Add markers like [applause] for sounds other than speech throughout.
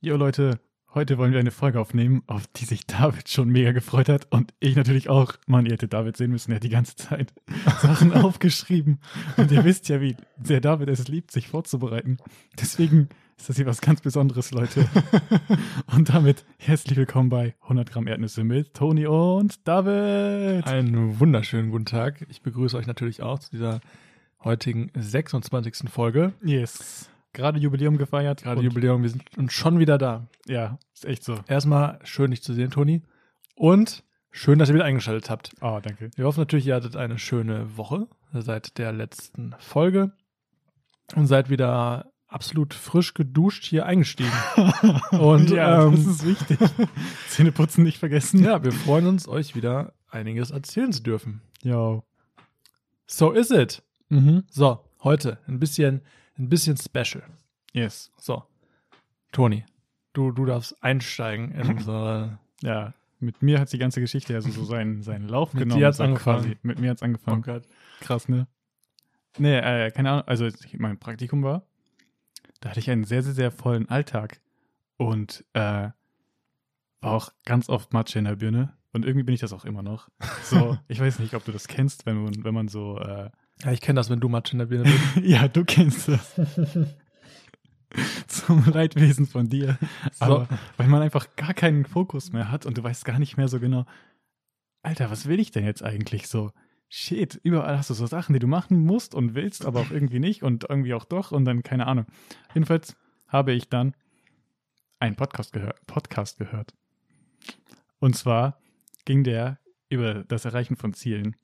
Jo Leute, heute wollen wir eine Folge aufnehmen, auf die sich David schon mega gefreut hat und ich natürlich auch. Mann, ihr hättet David sehen müssen, er hat die ganze [laughs] Zeit Sachen aufgeschrieben. Und ihr wisst ja, wie der David es liebt, sich vorzubereiten. Deswegen ist das hier was ganz Besonderes, [laughs] Leute. Und damit herzlich willkommen bei 100 Gramm Erdnüsse mit Toni und David. Einen wunderschönen guten Tag. Ich begrüße euch natürlich auch zu dieser heutigen 26. Folge. Yes. Gerade Jubiläum gefeiert. Gerade und- Jubiläum, wir sind und schon wieder da. Ja, ist echt so. Erstmal schön, dich zu sehen, Toni. Und schön, dass ihr wieder eingeschaltet habt. Oh, danke. Wir hoffen natürlich, ihr hattet eine schöne Woche seit der letzten Folge und seid wieder absolut frisch geduscht [laughs] hier eingestiegen. und ja, ähm, das ist [laughs] wichtig. Zähneputzen nicht vergessen. ja, wir freuen uns, euch wieder einiges erzählen zu dürfen. Jo. So is it. Mhm. So, heute ein bisschen, ein bisschen special. Yes. So, Toni, du, du darfst einsteigen [laughs] in unsere. Ja, mit mir hat die ganze Geschichte also so seinen, seinen Lauf Mit genommen. dir hat's so angefangen. Mit mir hat's Oh angefangen. Gott. Krass, ne? Nee, äh, keine Ahnung. Also, als ich mein Praktikum war, da hatte ich einen sehr, sehr, sehr vollen Alltag und äh, war auch ganz oft Matsche in der Birne. Und irgendwie bin ich das auch immer noch. [laughs] So, ich weiß nicht, ob du das kennst, wenn man, wenn man so äh, Ja, ich kenne das, wenn du Matsch in der Birne bist. [laughs] Ja, du kennst das. Zum Leidwesen von dir. So. Aber weil man einfach gar keinen Fokus mehr hat und du weißt gar nicht mehr so genau, Alter, was will ich denn jetzt eigentlich so? Shit, überall hast du so Sachen, die du machen musst und willst, aber auch irgendwie nicht und irgendwie auch doch und dann keine Ahnung. Jedenfalls habe ich dann einen Podcast, gehör Podcast gehört. Und zwar ging der über das Erreichen von Zielen.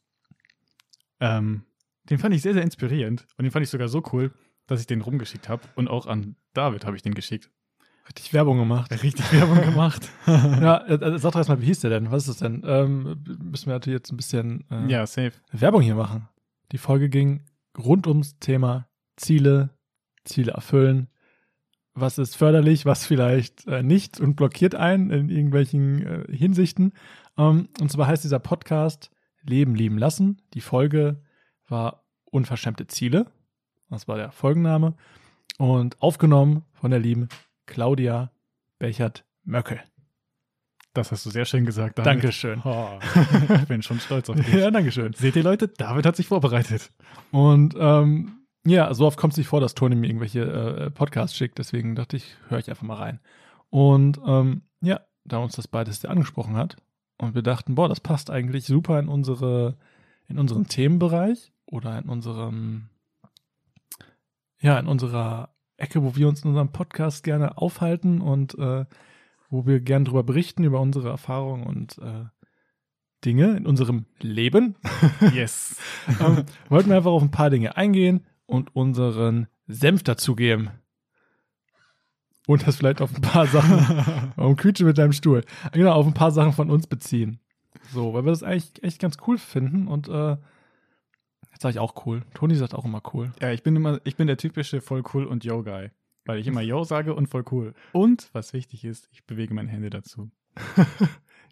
Ähm, den fand ich sehr, sehr inspirierend und den fand ich sogar so cool, dass ich den rumgeschickt habe und auch an David habe ich den geschickt. [laughs] Richtig Werbung gemacht. Richtig Werbung [laughs] gemacht. Ja, äh, äh, sag doch erstmal, wie hieß der denn? Was ist das denn? Ähm, b- müssen wir natürlich jetzt ein bisschen äh, ja, safe. Werbung hier machen. Die Folge ging rund ums Thema Ziele, Ziele erfüllen. Was ist förderlich, was vielleicht äh, nicht und blockiert einen in irgendwelchen äh, Hinsichten. Ähm, und zwar heißt dieser Podcast Leben lieben lassen. Die Folge war Unverschämte Ziele. Das war der Folgenname. Und aufgenommen von der lieben Claudia Bechert-Möckel. Das hast du sehr schön gesagt, David. Dankeschön. Oh, ich bin schon stolz auf dich. [laughs] Ja, Dankeschön. Seht ihr, Leute, David hat sich vorbereitet. Und ähm, ja, so oft kommt es nicht vor, dass Toni mir irgendwelche äh, Podcasts schickt, deswegen dachte ich, höre ich einfach mal rein. Und ähm, ja, da uns das beides sehr angesprochen hat und wir dachten, boah, das passt eigentlich super in unsere, in unseren Themenbereich oder in unserem, ja, in unserer Ecke, wo wir uns in unserem Podcast gerne aufhalten und äh, wo wir gerne drüber berichten, über unsere Erfahrungen und äh, Dinge in unserem Leben, [laughs] Yes. ähm, wollten wir einfach auf ein paar Dinge eingehen und unseren Senf dazugeben. Und das vielleicht auf ein paar [laughs] Sachen. Warum quietsche mit deinem Stuhl? Genau, auf ein paar Sachen von uns beziehen. So, weil wir das eigentlich echt ganz cool finden und äh, jetzt sage ich auch cool. Toni sagt auch immer cool. ja, ich bin immer, ich bin der typische voll cool und yo Guy, weil ich immer yo sage und voll cool. Und was wichtig ist, ich bewege meine Hände dazu.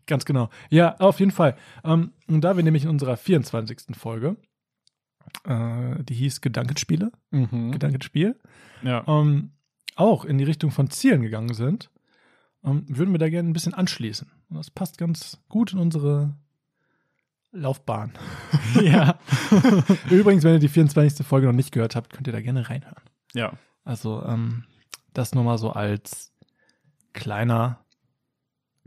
Ganz genau. Ja, auf jeden Fall. Ähm, und da wir nämlich in unserer 24. Folge, äh, die hieß Gedankenspiele, Mhm. Gedankenspiel, Ja. ähm, auch in die Richtung von Zielen gegangen sind, ähm, würden wir da gerne ein bisschen anschließen. Und das passt ganz gut in unsere Laufbahn. [laughs] ja. Übrigens, wenn ihr die 24. Folge noch nicht gehört habt, könnt ihr da gerne reinhören. Ja. Also ähm, das nur mal so als kleiner,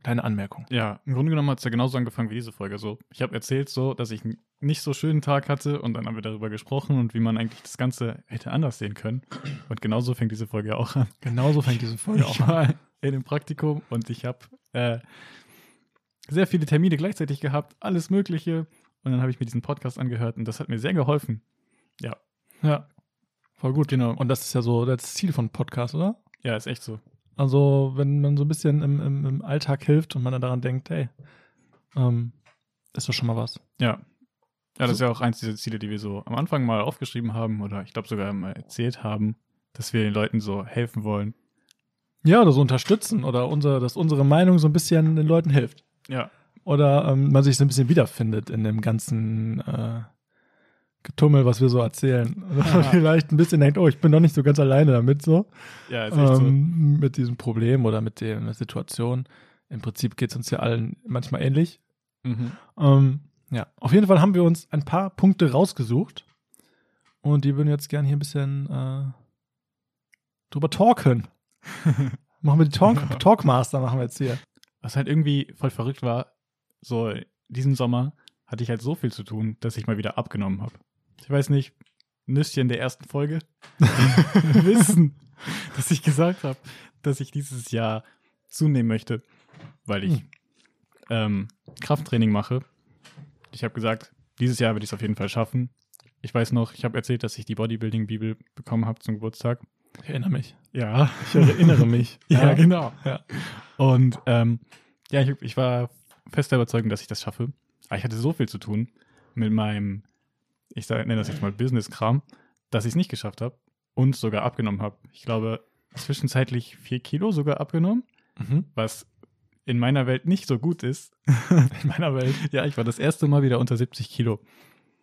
kleine Anmerkung. Ja, im Grunde genommen hat es ja genauso angefangen wie diese Folge. So, ich habe erzählt so, dass ich einen nicht so schönen Tag hatte und dann haben wir darüber gesprochen und wie man eigentlich das Ganze hätte anders sehen können. Und genauso fängt diese Folge auch an. Genauso fängt diese Folge auch ich an. war in dem Praktikum und ich habe äh, sehr viele Termine gleichzeitig gehabt, alles Mögliche. Und dann habe ich mir diesen Podcast angehört und das hat mir sehr geholfen. Ja, [laughs] voll gut. Genau. Und das ist ja so das Ziel von Podcast, oder? Ja, ist echt so. Also, wenn man so ein bisschen im, im, im Alltag hilft und man dann daran denkt, hey, ähm, ist doch schon mal was. Ja. Ja, das ist ja auch eins dieser Ziele, die wir so am Anfang mal aufgeschrieben haben oder ich glaube sogar mal erzählt haben, dass wir den Leuten so helfen wollen. Ja, oder so unterstützen oder unser, dass unsere Meinung so ein bisschen den Leuten hilft. Ja. Oder ähm, man sich so ein bisschen wiederfindet in dem ganzen äh, Getummel, was wir so erzählen. [laughs] Also Aha. Vielleicht ein bisschen denkt, oh, ich bin doch nicht so ganz alleine damit so. Ja, ist echt so. ähm, mit diesem Problem oder mit der mit der Situation. Im Prinzip geht es uns ja allen manchmal ähnlich. Mhm. Ähm, ja, auf jeden Fall haben wir uns ein paar Punkte rausgesucht und die würden wir jetzt gerne hier ein bisschen äh, drüber [laughs] talken. machen wir die Talk Talkmaster machen wir jetzt hier. Was halt irgendwie voll verrückt war, so diesen Sommer hatte ich halt so viel zu tun, dass ich mal wieder abgenommen habe. Ich weiß nicht, Nüsschen der ersten Folge [laughs] wissen, dass ich gesagt habe, dass ich dieses Jahr zunehmen möchte, weil ich Hm. ähm, Krafttraining mache. Ich habe gesagt, dieses Jahr werde ich es auf jeden Fall schaffen. Ich weiß noch, ich habe erzählt, dass ich die Bodybuilding-Bibel bekommen habe zum Geburtstag. Ich erinnere mich. Ja, Ich erinnere mich. [laughs] ja, genau. Ja. Und ähm, ja, ich, ich war fest der Überzeugung, dass ich das schaffe. Aber ich hatte so viel zu tun mit meinem, ich sag- nenne das jetzt mal Business-Kram, dass ich es nicht geschafft habe und sogar abgenommen habe. Ich glaube, zwischenzeitlich vier Kilo sogar abgenommen, Mhm. was in meiner Welt nicht so gut ist. In meiner Welt. Ja, ich war das erste Mal wieder unter 70 Kilo.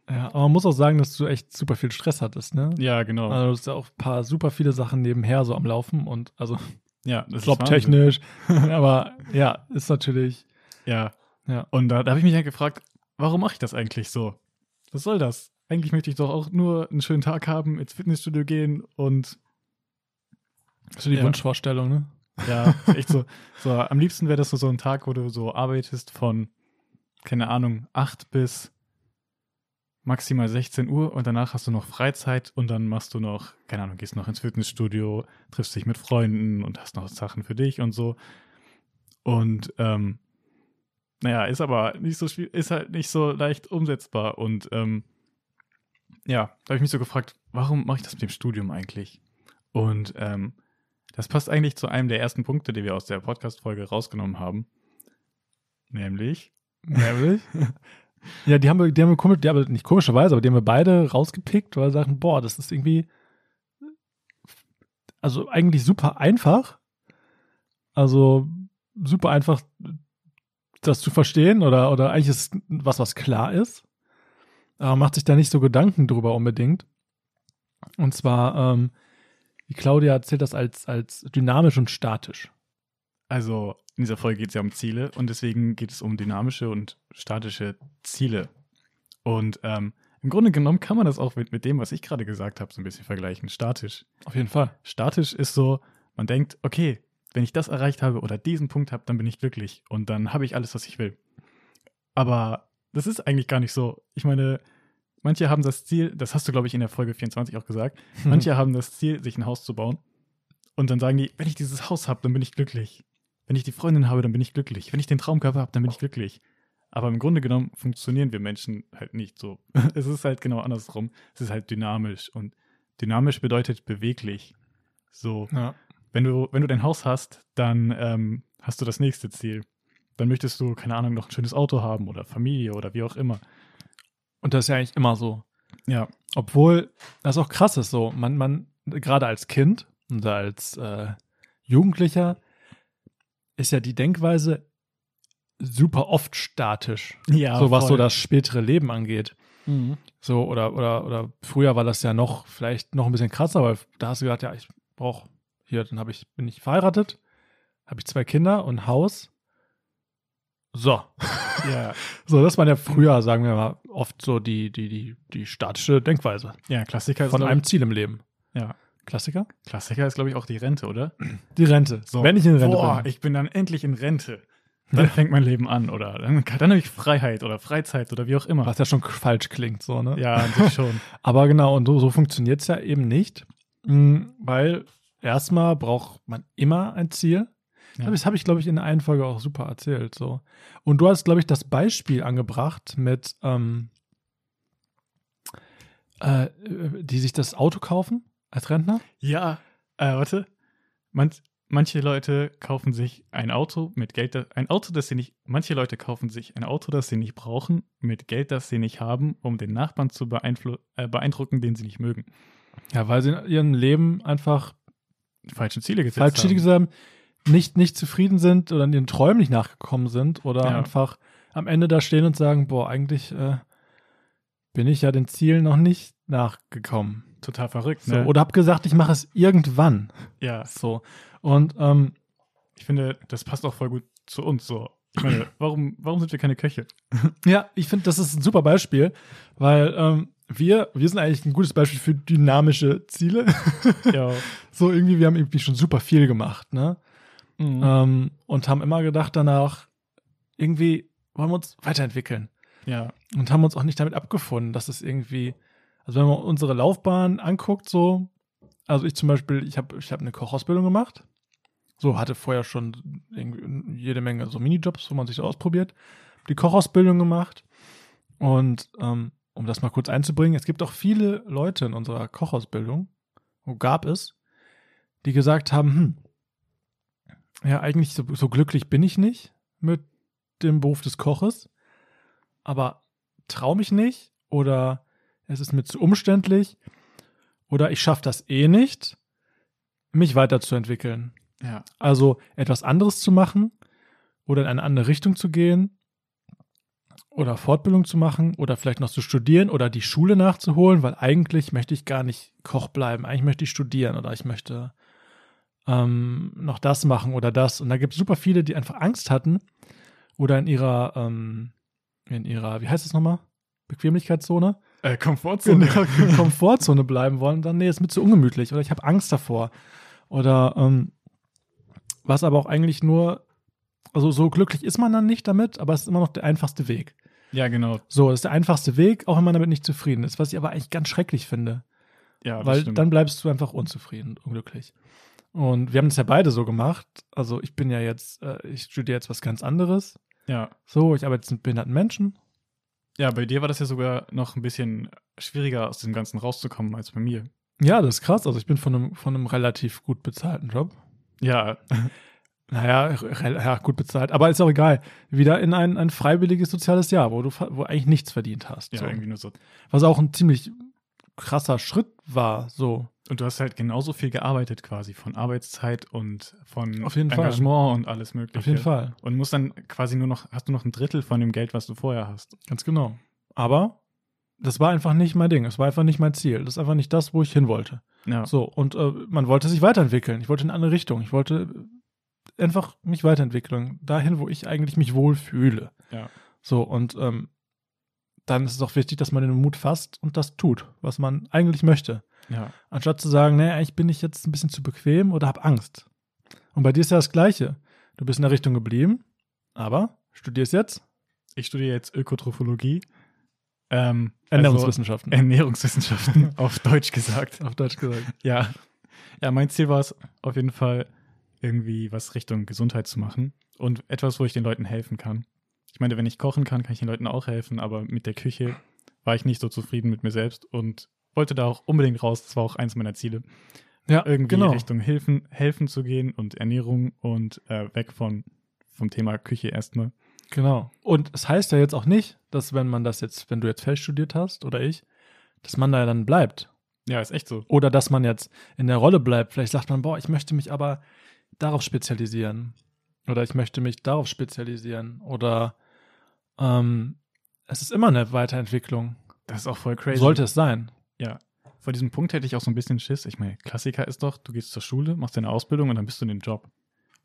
Ja, aber man muss auch sagen, dass du echt super viel Stress hattest, ne? Ja, genau. Also, du hast ja auch ein paar super viele Sachen nebenher so am Laufen und also ja, das ist Flop Wahnsinn. technisch. aber ja, ist natürlich. Ja. Ja. Und da, da habe ich mich halt gefragt, warum mache ich das eigentlich so? Was soll das? Eigentlich möchte ich doch auch nur einen schönen Tag haben, ins Fitnessstudio gehen und So die Ja. Wunschvorstellung, ne? ja, ist echt so, so am liebsten wäre das so, so ein Tag, wo du so arbeitest von, keine Ahnung, 8 bis maximal 16 Uhr und danach hast du noch Freizeit und dann machst du noch, keine Ahnung, gehst noch ins Fitnessstudio, triffst dich mit Freunden und hast noch Sachen für dich und so. Und ähm, naja, ist aber nicht so schwierig, ist halt nicht so leicht umsetzbar. Und ähm, ja, da habe ich mich so gefragt, warum mache ich das mit dem Studium eigentlich? Und ähm, das passt eigentlich zu einem der ersten Punkte, die wir aus der Podcast-Folge rausgenommen haben. Nämlich, Nämlich? [laughs] ja, die haben wir, die haben wir komisch, die haben wir, nicht komischerweise, aber die haben wir beide rausgepickt, weil wir sagten, boah, das ist irgendwie, also eigentlich super einfach. Also super einfach, das zu verstehen oder, oder eigentlich ist was, was klar ist. Aber man macht sich da nicht so Gedanken drüber unbedingt. Und zwar, ähm, die Claudia erzählt das als, als dynamisch und statisch. also in dieser Folge geht es ja um Ziele und deswegen geht es um dynamische und statische Ziele. Und ähm, im Grunde genommen kann man das auch mit, mit dem, was ich gerade gesagt habe, so ein bisschen vergleichen. Statisch. Auf jeden Fall. Statisch ist so, man denkt, okay, wenn ich das erreicht habe oder diesen Punkt habe, dann bin ich glücklich und dann habe ich alles, was ich will. Aber das ist eigentlich gar nicht so. Ich meine, manche haben das Ziel, das hast du, glaube ich, in der Folge 24 auch gesagt, Mhm. manche haben das Ziel, sich ein Haus zu bauen und dann sagen die, wenn ich dieses Haus habe, dann bin ich glücklich. Wenn ich die Freundin habe, dann bin ich glücklich. Wenn ich den Traumkörper habe, dann bin ich glücklich. Aber im Grunde genommen funktionieren wir Menschen halt nicht so. [laughs] Es ist halt genau andersrum. Es ist halt dynamisch und dynamisch bedeutet beweglich. So [laughs] Ja. wenn du, wenn du dein Haus hast, dann ähm, hast du das nächste Ziel. Dann möchtest du, keine Ahnung, noch ein schönes Auto haben oder Familie oder wie auch immer. Und das ist ja eigentlich immer so. Ja. Obwohl das auch krass ist, so man, man gerade als Kind und als äh, Jugendlicher ist ja die Denkweise super oft statisch, Ja. Mhm. so was so das spätere Leben angeht. So oder oder oder früher war das ja noch vielleicht noch ein bisschen krasser, weil da hast du gedacht, ja ich brauche hier, dann habe ich bin ich verheiratet, habe ich zwei Kinder und ein Haus. So, [laughs] Ja, so das waren ja früher, sagen wir mal, oft so die die die die statische Denkweise ja Klassiker ist, von glaub einem Ziel im Leben. Ja. Klassiker? ich, Klassiker ist, glaube ich, auch die Rente, oder? Die Rente. So. Wenn ich in Rente Boah, bin. ich bin dann endlich in [laughs] Rente. Dann fängt mein Leben an, oder? Dann, dann habe ich Freiheit oder Freizeit oder wie auch immer. was ja schon k- falsch klingt, so, ne? Ja, an sich [laughs] schon. Aber genau, und so, so funktioniert es ja eben nicht. Mm, Weil erstmal braucht man immer ein Ziel. Ja. Das habe ich, glaube ich, in der einen Folge auch super erzählt. So. Und du hast, glaube ich, das Beispiel angebracht mit, ähm, äh, die sich das Auto kaufen als Rentner. Ja, äh, warte. Manch, manche Leute kaufen sich ein Auto mit Geld, das- ein Auto, das sie nicht, manche Leute kaufen sich ein Auto, das sie nicht brauchen, mit Geld, das sie nicht haben, um den Nachbarn zu beeinflu- äh, beeindrucken, den sie nicht mögen. Ja, weil sie in ihrem Leben einfach Die Falschen Ziele gesetzt falsch haben. gesagt haben, nicht, nicht zufrieden sind oder in ihren Träumen nicht nachgekommen sind oder Ja. einfach am Ende da stehen und sagen, boah, eigentlich äh, bin ich ja den Zielen noch nicht nachgekommen. Total verrückt, So, ne? Oder habe gesagt, ich mache es irgendwann. ja, So. Und ähm, ich finde, das passt auch voll gut zu uns so. Ich [laughs] meine, warum, warum sind wir keine Köche? Ja, ich finde, das ist ein super Beispiel, weil ähm, wir, wir sind eigentlich ein gutes Beispiel für dynamische Ziele. [laughs] Ja. so irgendwie, wir haben irgendwie schon super viel gemacht, ne? Mhm. Ähm, und haben immer gedacht danach, irgendwie wollen wir uns weiterentwickeln ja. und haben uns auch nicht damit abgefunden, dass es irgendwie, also wenn man unsere Laufbahn anguckt, so, also ich zum Beispiel, ich habe ich hab eine Kochausbildung gemacht, so hatte vorher schon irgendwie jede Menge so Minijobs, wo man sich so ausprobiert, die Kochausbildung gemacht und ähm, um das mal kurz einzubringen, es gibt auch viele Leute in unserer Kochausbildung, wo gab es, die gesagt haben, hm, ja, eigentlich so, so glücklich bin ich nicht mit dem Beruf des Koches, aber traue mich nicht oder es ist mir zu umständlich oder ich schaffe das eh nicht, mich weiterzuentwickeln. Ja. Also etwas anderes zu machen oder in eine andere Richtung zu gehen oder Fortbildung zu machen oder vielleicht noch zu studieren oder die Schule nachzuholen, weil eigentlich möchte ich gar nicht Koch bleiben, eigentlich möchte ich studieren oder ich möchte ähm, noch das machen oder das. Und da gibt es super viele, die einfach Angst hatten oder in ihrer, ähm, in ihrer, wie heißt es nochmal? Bequemlichkeitszone? Äh, Komfortzone. Genau, in Komfortzone bleiben wollen, dann, nee, ist mir zu ungemütlich oder ich habe Angst davor. Oder ähm, was aber auch eigentlich nur, also so glücklich ist man dann nicht damit, aber es ist immer noch der einfachste Weg. [laughs] Ja, genau. So, das ist der einfachste Weg, auch wenn man damit nicht zufrieden ist, was ich aber eigentlich ganz schrecklich finde, Ja, das weil stimmt. dann bleibst du einfach unzufrieden und unglücklich. Und wir haben das ja beide so gemacht. Also ich bin ja jetzt, äh, ich studiere jetzt was ganz anderes. ja. So, ich arbeite jetzt mit behinderten Menschen. ja, bei dir war das ja sogar noch ein bisschen schwieriger, aus dem Ganzen rauszukommen als bei mir. Ja, das ist krass. Also ich bin von einem, von einem relativ gut bezahlten Job Ja, Naja, re- ja, gut bezahlt, aber ist auch egal. Wieder in ein, ein freiwilliges soziales Jahr, wo du fa- wo eigentlich nichts verdient hast. ja so. irgendwie nur so. Was auch ein ziemlich krasser Schritt war, so. Und du hast halt genauso viel gearbeitet quasi von Arbeitszeit und von Auf jeden Fall. Engagement und alles mögliche. Auf jeden Fall. Und musst dann quasi nur noch, hast du noch ein Drittel von dem Geld, was du vorher hast. Ganz genau. Aber das war einfach nicht mein Ding. Es war einfach nicht mein Ziel. Das ist einfach nicht das, wo ich hin wollte. Ja. So, und äh, man wollte sich weiterentwickeln. Ich wollte in eine andere Richtung. Ich wollte einfach mich weiterentwickeln. Dahin, wo ich eigentlich mich wohl fühle. Ja. So, und ähm, dann ist es auch wichtig, dass man den Mut fasst und das tut, was man eigentlich möchte. ja. Anstatt zu sagen, nee, eigentlich bin ich jetzt ein bisschen zu bequem oder habe Angst. Und bei dir ist ja das Gleiche. Du bist in der Richtung geblieben, aber studierst jetzt Ich studiere jetzt Ökotrophologie. Ähm, Ernährungswissenschaften. Also [laughs] Ernährungswissenschaften, auf Deutsch gesagt. auf Deutsch gesagt. Ja. Ja, mein Ziel war es auf jeden Fall, irgendwie was Richtung Gesundheit zu machen und etwas, wo ich den Leuten helfen kann. Ich meine, wenn ich kochen kann, kann ich den Leuten auch helfen, aber mit der Küche war ich nicht so zufrieden mit mir selbst und wollte da auch unbedingt raus. Das war auch eins meiner Ziele. Ja, Irgendwie genau. Richtung Hilfen, helfen zu gehen und Ernährung und äh, weg von, vom Thema Küche erstmal. Genau. Und es heißt ja jetzt auch nicht, dass wenn man das jetzt, wenn du jetzt Feld studiert hast oder ich, dass man da dann bleibt. Ja, ist echt so. Oder dass man jetzt in der Rolle bleibt. Vielleicht sagt man, boah, ich möchte mich aber darauf spezialisieren. Oder ich möchte mich darauf spezialisieren. Oder ähm, es ist immer eine Weiterentwicklung. Das ist auch voll crazy. Sollte es sein. Vor diesem Punkt hätte ich auch so ein bisschen Schiss. Ich meine, Klassiker ist doch, du gehst zur Schule, machst deine Ausbildung und dann bist du in den Job.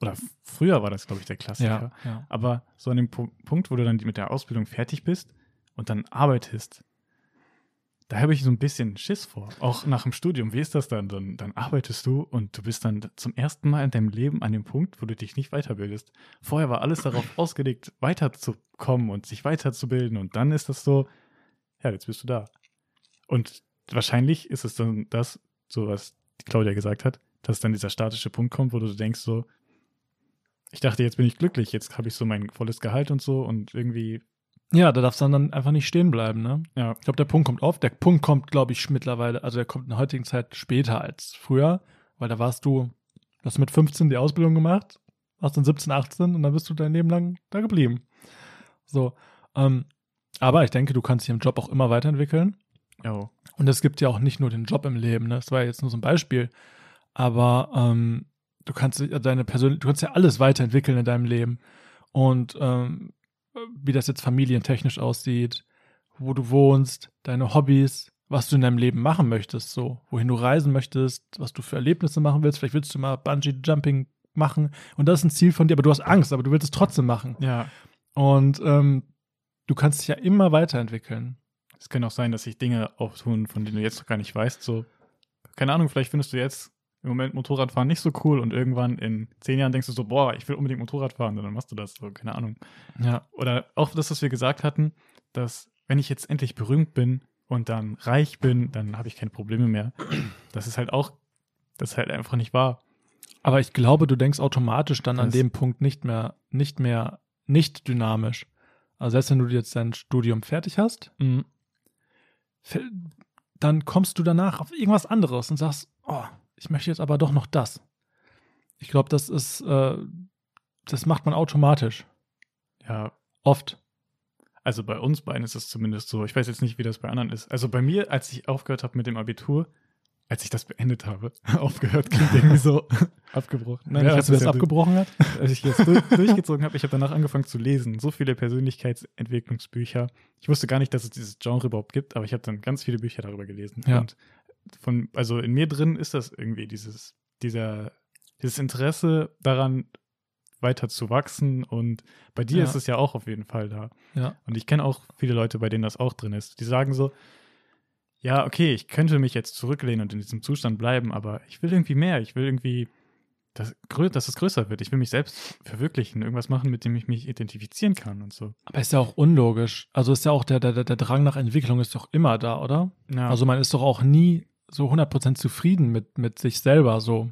Oder f- früher war das, glaube ich, der Klassiker. ja. Aber so an dem Pu- Punkt, wo du dann mit der Ausbildung fertig bist und dann arbeitest, da habe ich so ein bisschen Schiss vor. Auch nach dem Studium, wie ist das dann? Dann, dann arbeitest du und du bist dann zum ersten Mal in deinem Leben an dem Punkt, wo du dich nicht weiterbildest. Vorher war alles darauf ausgelegt, weiterzukommen und sich weiterzubilden. Und dann ist das so, ja, jetzt bist du da. Und wahrscheinlich ist es dann das, so was die Claudia gesagt hat, dass dann dieser statische Punkt kommt, wo du denkst so, ich dachte, jetzt bin ich glücklich, jetzt habe ich so mein volles Gehalt und so und irgendwie, ja, da darf es dann, dann einfach nicht stehen bleiben. Ne? ja, Ich glaube, der Punkt kommt auf. Der Punkt kommt, glaube ich, mittlerweile, also der kommt in der heutigen Zeit später als früher, weil da warst du, du hast mit 15 die Ausbildung gemacht, warst dann 17, 18 und dann bist du dein Leben lang da geblieben. So. Ähm, aber ich denke, du kannst dich im Job auch immer weiterentwickeln. ja, Und es gibt ja auch nicht nur den Job im Leben, ne? Das war ja jetzt nur so ein Beispiel. Aber ähm, du kannst ja deine Persön du kannst ja alles weiterentwickeln in deinem Leben. Und ähm, wie das jetzt familientechnisch aussieht, wo du wohnst, deine Hobbys, was du in deinem Leben machen möchtest, so, wohin du reisen möchtest, was du für Erlebnisse machen willst. Vielleicht willst du mal Bungee-Jumping machen und das ist ein Ziel von dir, aber du hast Angst, aber du willst es trotzdem machen. Ja. Und ähm, du kannst dich ja immer weiterentwickeln. Es kann auch sein, dass sich Dinge auftun, von denen du jetzt noch gar nicht weißt. So, keine Ahnung, vielleicht findest du jetzt im Moment Motorradfahren nicht so cool und irgendwann in zehn Jahren denkst du so, boah, ich will unbedingt Motorrad fahren und dann machst du das. So, keine Ahnung. Ja. Oder auch das, was wir gesagt hatten, dass wenn ich jetzt endlich berühmt bin und dann reich bin, dann habe ich keine Probleme mehr. Das ist halt auch, das ist halt einfach nicht wahr. Aber ich glaube, du denkst automatisch dann an Das- dem Punkt nicht mehr, nicht mehr, nicht dynamisch. Also selbst wenn du jetzt dein Studium fertig hast, fe- dann kommst du danach auf irgendwas anderes und sagst, oh, ich möchte jetzt aber doch noch das. Ich glaube, das ist, äh, das macht man automatisch. Ja, Oft. Also bei uns beiden ist es zumindest so. Ich weiß jetzt nicht, wie das bei anderen ist. Also bei mir, als ich aufgehört habe mit dem Abitur, als ich das beendet habe, [laughs] aufgehört klingt irgendwie so [laughs] abgebrochen. Wenn Ja, ich jetzt Ne, das ist ja- abgebrochen hat. Als ich jetzt [laughs] durch, durchgezogen habe, ich habe danach angefangen zu lesen. So viele Persönlichkeitsentwicklungsbücher. Ich wusste gar nicht, dass es dieses Genre überhaupt gibt, aber ich habe dann ganz viele Bücher darüber gelesen. Ja. Und von, also in mir drin ist das irgendwie dieses, dieser, dieses Interesse daran, weiter zu wachsen. Und bei dir Ja. ist es ja auch auf jeden Fall da. Ja. Und ich kenne auch viele Leute, bei denen das auch drin ist. Die sagen so, ja, okay, ich könnte mich jetzt zurücklehnen und in diesem Zustand bleiben, aber ich will irgendwie mehr. Ich will irgendwie, dass, grö- dass es größer wird. Ich will mich selbst verwirklichen, irgendwas machen, mit dem ich mich identifizieren kann und so. Aber ist ja auch unlogisch. Also ist ja auch der, der, der Drang nach Entwicklung ist doch immer da, oder? Ja, Also man ist doch auch nie so 100% zufrieden mit, mit sich selber so.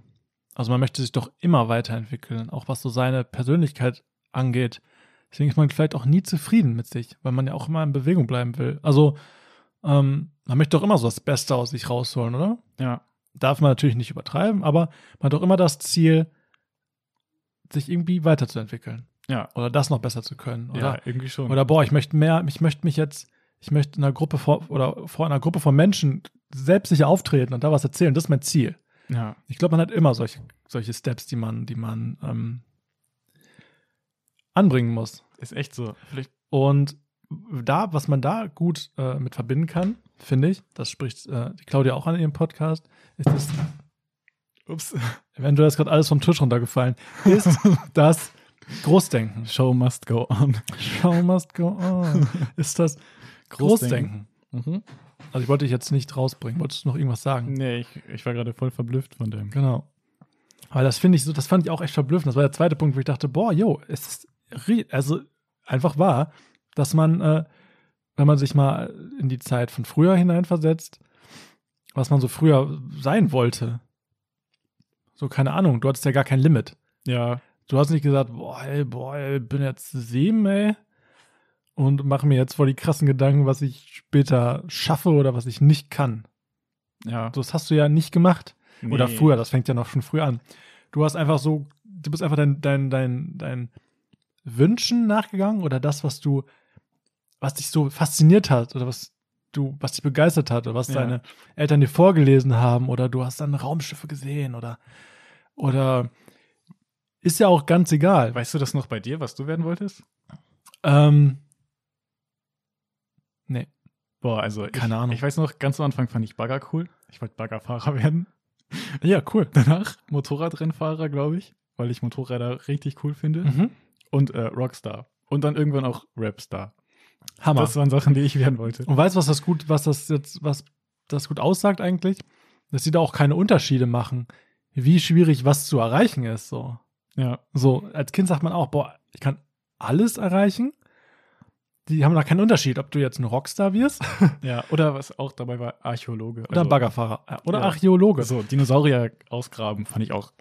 Also man möchte sich doch immer weiterentwickeln, auch was so seine Persönlichkeit angeht. Deswegen ist man vielleicht auch nie zufrieden mit sich, weil man ja auch immer in Bewegung bleiben will. Also ähm, man möchte doch immer so das Beste aus sich rausholen, oder? ja, Darf man natürlich nicht übertreiben, aber man hat doch immer das Ziel, sich irgendwie weiterzuentwickeln ja, oder das noch besser zu können. Oder ja, irgendwie schon. oder boah, ich möchte mehr, ich möchte mich jetzt, ich möchte in einer Gruppe vor oder vor einer Gruppe von Menschen selbstsicher auftreten und da was erzählen. Das ist mein Ziel. ja, Ich glaube, man hat immer solche, solche Steps, die man, die man ähm, anbringen muss. ist echt so. Vielleicht, Und da, was man da gut äh, mit verbinden kann, finde ich, das spricht äh, die Claudia auch an ihrem Podcast, ist das, ups. eventuell ist gerade alles vom Tisch runtergefallen, ist das Großdenken. Show must go on. Show must go on. Ist das Großdenken. [laughs] Mhm. Also ich wollte dich jetzt nicht rausbringen. Wolltest du noch irgendwas sagen? Nee, ich, ich war gerade voll verblüfft von dem. Genau. Aber das finde ich so, das fand ich auch echt verblüffend. Das war der zweite Punkt, wo ich dachte, boah, yo, es ist ri- also einfach wahr, dass man, äh, wenn man sich mal in die Zeit von früher hineinversetzt, was man so früher sein wollte. So, keine Ahnung, du hattest ja gar kein Limit. Ja, Du hast nicht gesagt, boah, ey, boah, ey, bin jetzt sieben, ey, und mache mir jetzt vor die krassen Gedanken, was ich später schaffe oder was ich nicht kann. ja. Das hast du ja nicht gemacht. Oder Nee. früher, das fängt ja noch schon früh an. Du hast einfach so, du bist einfach dein, dein, dein, dein Wünschen nachgegangen oder das, was du, was dich so fasziniert hat oder was du, was dich begeistert hat oder was Ja. deine Eltern dir vorgelesen haben oder du hast dann Raumschiffe gesehen oder, oder ist ja auch ganz egal. Weißt du das noch bei dir, was du werden wolltest? Ähm, nee, Boah, also ich, Keine Ahnung. Ich weiß noch, ganz am Anfang fand ich Bagger cool. Ich wollte Baggerfahrer [laughs] werden. ja, cool. Danach Motorradrennfahrer, glaube ich, weil ich Motorräder richtig cool finde. Mhm. Und äh, Rockstar. Und dann irgendwann auch Rapstar. Hammer. Oh. Das waren Sachen, die ich werden wollte. Und weißt du, was das gut, was das jetzt, was das gut aussagt eigentlich? Dass sie da auch keine Unterschiede machen, wie schwierig was zu erreichen ist. So, Ja, so als Kind sagt man auch, boah, ich kann alles erreichen. Die haben da keinen Unterschied, ob du jetzt ein Rockstar wirst ja. Oder was auch dabei war, Archäologe. oder also, ein Baggerfahrer äh, oder ja. Also Archäologe. So, Dinosaurier ausgraben fand ich auch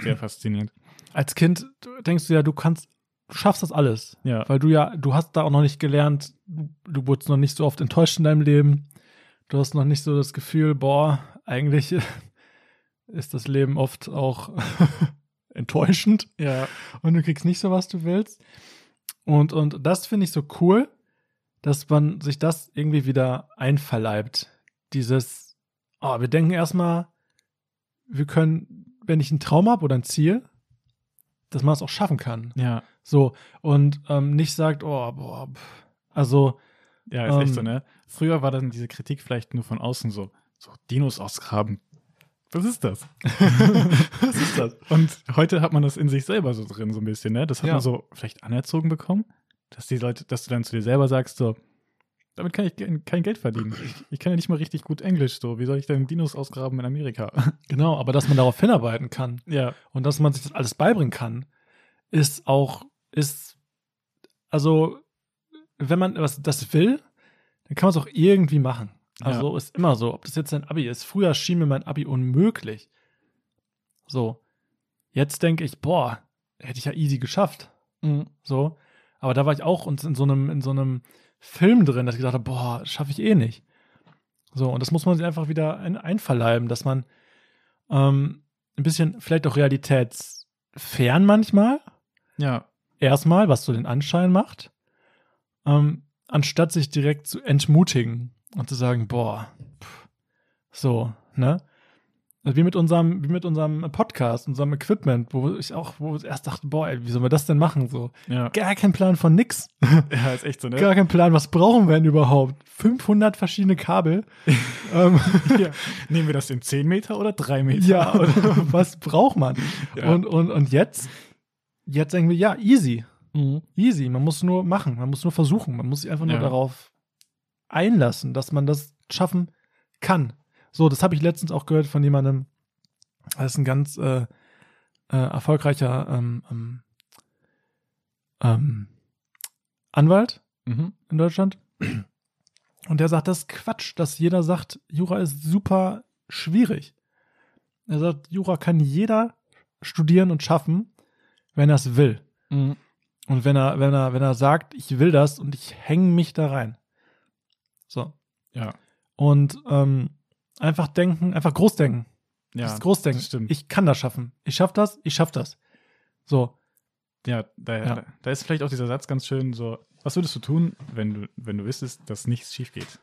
sehr faszinierend. Als Kind du- denkst du ja, du kannst, du schaffst das alles. Ja, Weil du ja, du hast da auch noch nicht gelernt, du, du wurdest noch nicht so oft enttäuscht in deinem Leben. Du hast noch nicht so das Gefühl, boah, eigentlich [laughs] ist das Leben oft auch [laughs] enttäuschend ja, und du kriegst nicht so, was du willst. Und, und das finde ich so cool, dass man sich das irgendwie wieder einverleibt. Dieses, oh, wir denken erstmal, wir können, wenn ich einen Traum habe oder ein Ziel, dass man es auch schaffen kann. ja. So, und ähm, nicht sagt, oh, boah, pff. also Ja, ist echt Ähm. so, ne? Früher war dann diese Kritik vielleicht nur von außen so, so Dinos ausgraben. Was ist [laughs] das? Was ist das? Und heute hat man das in sich selber so drin, so ein bisschen, ne? Das hat Ja. man so vielleicht anerzogen bekommen, dass die Leute, dass du dann zu dir selber sagst, so, damit kann ich kein, kein Geld verdienen. Ich, ich kann ja nicht mal richtig gut Englisch, so. Wie soll ich denn Dinos ausgraben in Amerika? [laughs] Genau, aber dass man darauf hinarbeiten kann ja. und dass man sich das alles beibringen kann, ist auch, ist, also, wenn man was, das will, dann kann man es auch irgendwie machen. Also ist immer so, ob das jetzt ein Abi ist. Früher schien mir mein Abi unmöglich. So, jetzt denke ich, boah, hätte ich ja easy geschafft. So, aber da war ich auch uns in so einem, in so einem Film drin, dass ich gedacht habe, boah, schaffe ich eh nicht. So, und das muss man sich einfach wieder ein, einverleiben, dass man ähm, ein bisschen vielleicht auch realitätsfern manchmal, Ja. erstmal, was so den Anschein macht, ähm, anstatt sich direkt zu entmutigen und zu sagen, boah, pff, so, ne? Also Wie mit unserem, wie mit unserem Podcast, unserem Equipment, wo ich auch, wo ich erst dachte, boah, ey, wie sollen wir das denn machen? So, Ja. gar kein Plan von nix. [laughs] Ja, ist echt so, ne? Gar kein Plan, was brauchen wir denn überhaupt? 500 [laughs] verschiedene Kabel. ähm, Ja. Nehmen wir das in 10 Meter oder 3 Meter? ja, [laughs] und was braucht man? Ja. Und, und, und jetzt, jetzt denken wir, ja, easy, Mhm. easy. Man muss nur machen, man muss nur versuchen, man muss sich einfach nur Ja. darauf einlassen, dass man das schaffen kann. So, das habe ich letztens auch gehört von jemandem, das ist ein ganz äh, äh, erfolgreicher ähm, ähm, ähm, Anwalt Mhm. in Deutschland. Und der sagt, das ist Quatsch, dass jeder sagt, Jura ist super schwierig. Er sagt, Jura kann jeder studieren und schaffen, wenn er es will. Mhm. Und wenn er, wenn er, wenn er sagt, ich will das und ich hänge mich da rein. So. Ja. Und ähm, einfach denken, einfach groß denken. Ja. das Großdenken. das stimmt. Ich kann das schaffen. Ich schaff das, ich schaff das. So, Ja, da, Ja. da ist vielleicht auch dieser Satz ganz schön so, was würdest du tun, wenn du, wenn du wüsstest, dass nichts schief geht?